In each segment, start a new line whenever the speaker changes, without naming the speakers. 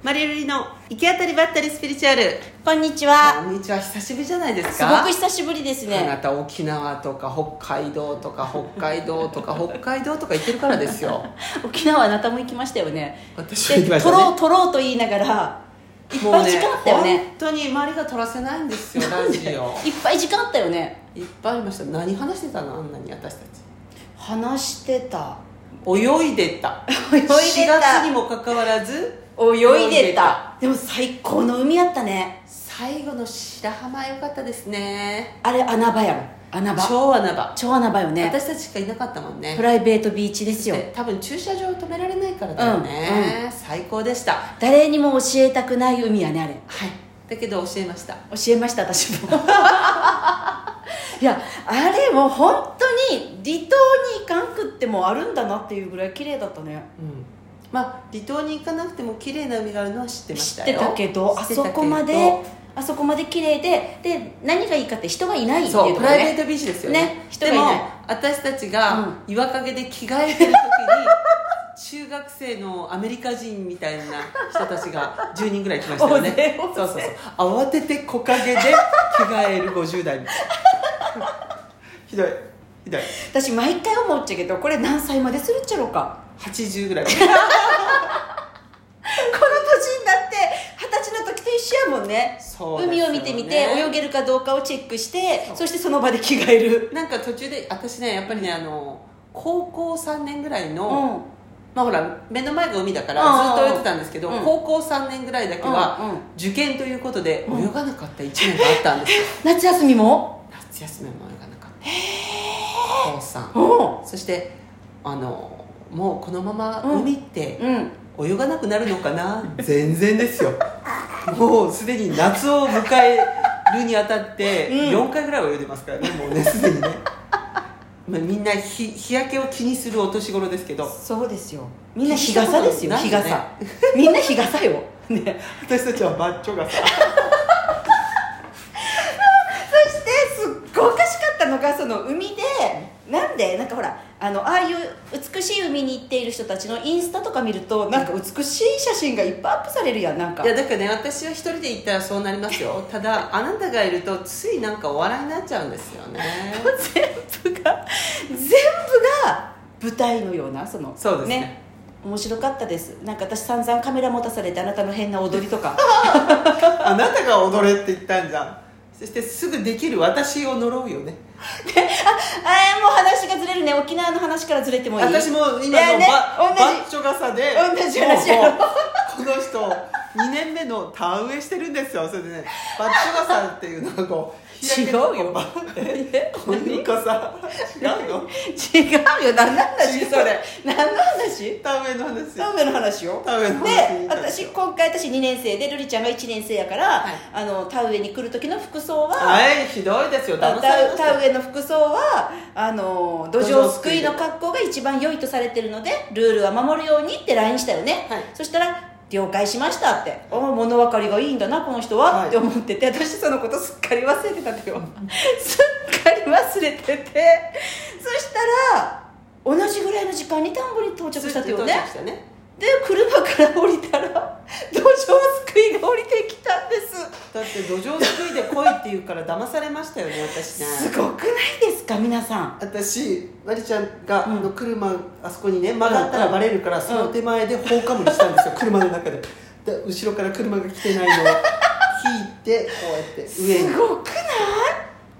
マリルリの行き当たりばったりスピリチュアル
こんにちは。
こんにちは久しぶりじゃないです
す
か
ごく久しぶりです
あな
ね。
た沖縄とか北海道とか北海道とか北海道とか行ってるからです よ
沖縄あなたも行きましたよね。
私も行きました
で
ね
取ろう取ろうと言いながらいっぱい時間あったよね。
本当に周りが取らせないんですよラジオ
いっぱい時間あったよね。
いっぱいありました何話してたのあんなに私たち
話してた。
泳いでた
泳いでた
4月にもかかわらず
泳いでた。でも最高の海やったね。
最後の白浜良かったですね
あれ穴場やろ。穴場。
超穴場
超穴場よね。
私たちしかいなかったもんね
プライベートビーチですよ。
で多分駐車場止められないからだよね、最高でしたは
誰にも教えたくない海やねあれ。
いだけど教えました
教えました私 もいやあれもう本当に離島に行かんくってもあるんだなっていうぐらい綺麗だったね
うんまあ離島に行かなくても綺麗な海があるのは知ってまし
知ったて
よ
たけどあ
知ってた
そ
けど
こまであそこまで綺麗でで何がいいかって人がいないっていう
そう
と
プ
ころ
ライ
ね
ベートビーチですよね
ね人が
で
い
も
ない
私たち
う
が
ん
岩陰で着替えてる時に中学生のアメリカ人みたいな人たちが10人ぐらい来ましたよ
大
ね
勢
そ
大
う
勢
そうそう慌てて木陰で着替える50代ひどいひどい
私毎回思っちゃうけどこれ何歳までするっちゃろ うか
80ぐらい
この年になって二十歳の時と一緒やもんね
そうです
海
よ
を見てみて
ね
泳げるかどうかをチェックして
そう
そしてその場で着替える
なんか途中で私ねやっぱりねあの高校3年ぐらいうの、
ん
まあほら目の前が海だから
うんうんう
ずっと泳
ん
いでたんですけど、
うん
高校3年ぐらいだけ
うんう
は
ん
受験ということで泳がなかった1年があったんですよ、
夏休みも
夏休みも泳がなかった高3
うん
そしてあのもうこのまま
うん
海って
うん
泳がなくなるのかな、全然ですよもうすでに夏を迎えるにあたって
うん
4回ぐらい泳いでますからね、もうねすでにねまあみんな日日焼けを気にするお年頃ですけど
そうですよみんな日傘ですよ日傘みんな日傘よね
私たちはバッチョがさ
そしてすっごいおかしかったのがその海でなんでなんかほらあのああいう美しい海に行っている人たちのインスタとか見るとなんか美しい写真がいっぱいアップされるやんなんか
いやだからね私は一人で行ったらそうなりますよただあなたがいるとついなんかお笑いになっちゃうんですよね
全部が全部が舞台のようなその
そうですね
面白かったですなんか私散々カメラ持たされてあなたの変な踊りと か
あなたが踊れって言ったんじゃんそしてすぐできる私を呪うよね
ああもう話がずれるね沖縄の話からずれてもいい
私も今の
いやね
バ,、
同じ
バッチョ傘で
同じ話やろ
もうこの人2年目の田植えしてるんですよそれでねバッチョ傘っていうのはこう日焼け
違うよ
バ
え
こういう傘違うの
違うよ何の話それ何の話
田植えの話
田植えの話よ
田植えの話
で私今回私2年生で瑠璃ちゃんが1年生やから、
はい
あの田植えに来る時の服装は、
はいひどいですよ
田
騙されましたよ
田植えの服装はあの土壌すくいの格好が一番良いとされてるのでルールは守るようにって LINE したよね、
はい
そしたら「了解しました」って「あ物分かりがいいんだなこの人
は
は」
い
って思ってて私そのことすっかり忘れてたのよ すっかり忘れててそしたら同じぐらいの時間に田んぼに到着したってよね
したね
で車から降りたら土壌すくいが降りてきたんです
だって土壌すくいで来いって言うから騙されましたよね私ね
すごくないですか皆さん
私マリちゃんが、
うん
の車あそこにね曲がったらバレるから、その手前で放課無理したんですよ、車の中でで後ろから車が来てないのを引いてこうやって上に
すごくない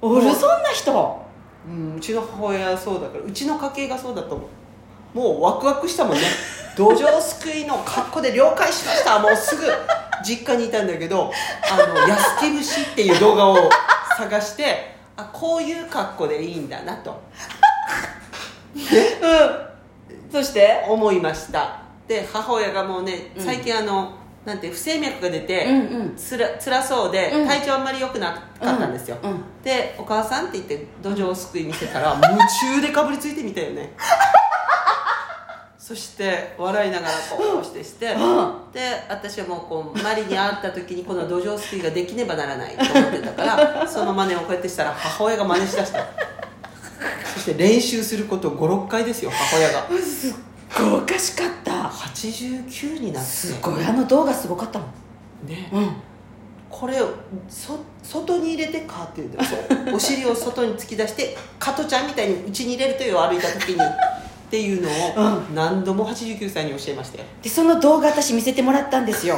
おるそんな人
うん、うちの母親はそうだからうちの家系がそうだと思うもうワクワクしたもんね土壌すくいの格好で了解しましたもうすぐ実家にいたんだけど「あの安木節」っていう動画を探してあこういう格好でいいんだなと
うんそして
思いましたで母親がもうね
うん
最近あの、なんて不整脈が出て、
うんうん
つら辛そうで、
うん
体調あんまり良くなかったんですよ、
うんうん
で「お母さん」って言って土壌すくい見せたら夢中でかぶりついてみたよ ねそして笑いながらこうしてして、
う
で私はもうこうマリに会った時にこの土壌すくいができねばならないと思ってたからその真似をこうやってしたら母親が真似しだしたそして練習すること56回ですよ母親が
すっごいおかしかったた
89になって
すごいあの動画すごかったもん
ね
うん
これそ外に入れてかって言うてそうお尻を外に突き出して加トちゃんみたいに内に入れるという歩いた時にっていうのを何度も89歳に教えましたよ
でその動画私見せてもらった んですよ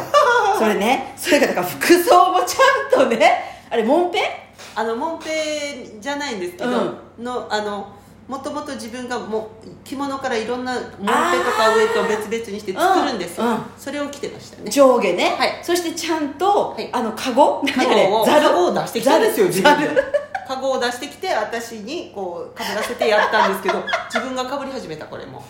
それねそれがだから服装もちゃんとねあれモンペ
あのモンペじゃないんですけど、のあのもともと自分がもう着物からいろんなモンペとか上と別々にして作るんですよ、
うんうん
それを着てましたね
上下ね、
はい
そしてちゃんと、
はい
あのカゴ
カ
何あれ
ゴを
ザル
カゴを出してきたんですよ自
ザル
分でカゴを出してきて私にこうかぶらせてやったんですけ ど自分がかぶり始めたこれも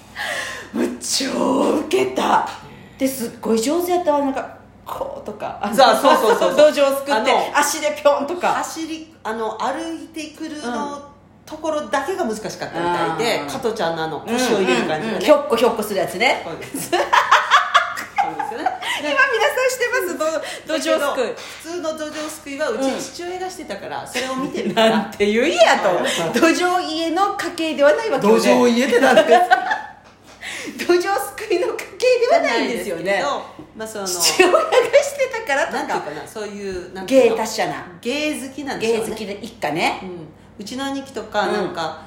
もう超ウケたですっごい上手やったわなんかこうとかあの
そうそうそうそう
道場をすくっ
あ
て
の
足でぴょんとか
走りあの歩いてくるの、
うん
ところだけが難しかったみたい
あ
で
ー
加トちゃんのあの腰を入れる感じ
うんうんう
がね、
んひょっこひょっこするやつね
そうですそうですよね
今皆さんしてますど道場すくい
普通の土壌すくいはうち
うん
に父親がしてたから、それを見てるか
なん
ら
て言いやと土壌家の家系ではないわけよね
家でなん て
土壌すくいの家系ではないんですよね
まあその
父親がしてたから
なん
と
ていう
か
かなそういうなんてい
芸
うの
達者な
芸好きなんでしょ
芸
うね
好きで一家ね
うん、うちの兄貴とか
うん
なんか、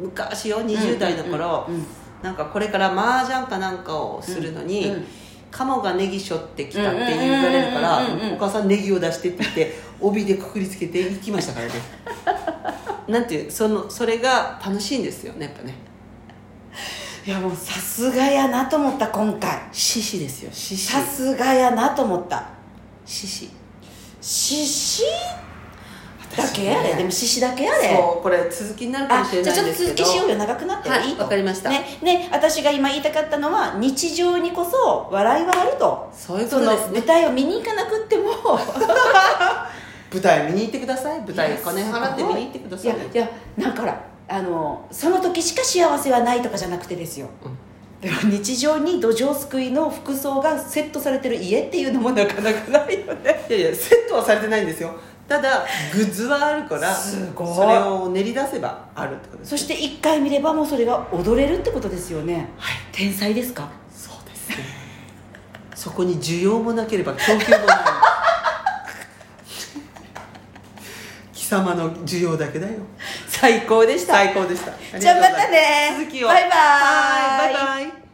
昔よ20代の頃、
うんうんうん
なんかこれから麻雀かなんかをするのに、
うんうん
鴨がネギしょってきたって言われるから
うんうんうんうんうん
お母さんネギを出してって言って帯でくくりつけて行きました からねなんていうそのそれが楽しいんですよねやっぱね
いやもうさすがやなと思った今回
獅子ですよ獅子
さすがやなと思った
獅子
獅子だけやれでも獅子だけやれ
そうこれ続きになるかも
あ
し
じゃ
れ
あ
ないん
ちょ
ですけど
っと続きしようよ長くなっても
はい
いいと
わかりました
ねね私が今言いたかったのは日常にこそ笑いはあると
そういうこ
そ
と
の
ですね
舞台を見に行かなくっても
舞台見に行ってください舞
い
台
や
金払って見に行ってくだ
い
さい
やいやなんかほらあのその時しか幸せはないとかじゃなくてですよ
うん
でも日常に土壌すくいの服装がセットされてる家っていうのもなかなかないよね
いやいやセットはされてないんですよただグッズはあるから
すごい
それを練り出せばあるってことです
そして一回見ればもうそれが踊れるってことですよね、天才ですか
そうですねそこに需要もなければ供給もない 貴様の需要だけだよ
最高でした
最高でした
じゃあまた
ありがとうございます
ね
続きを
バイバーイ
はいバイバイ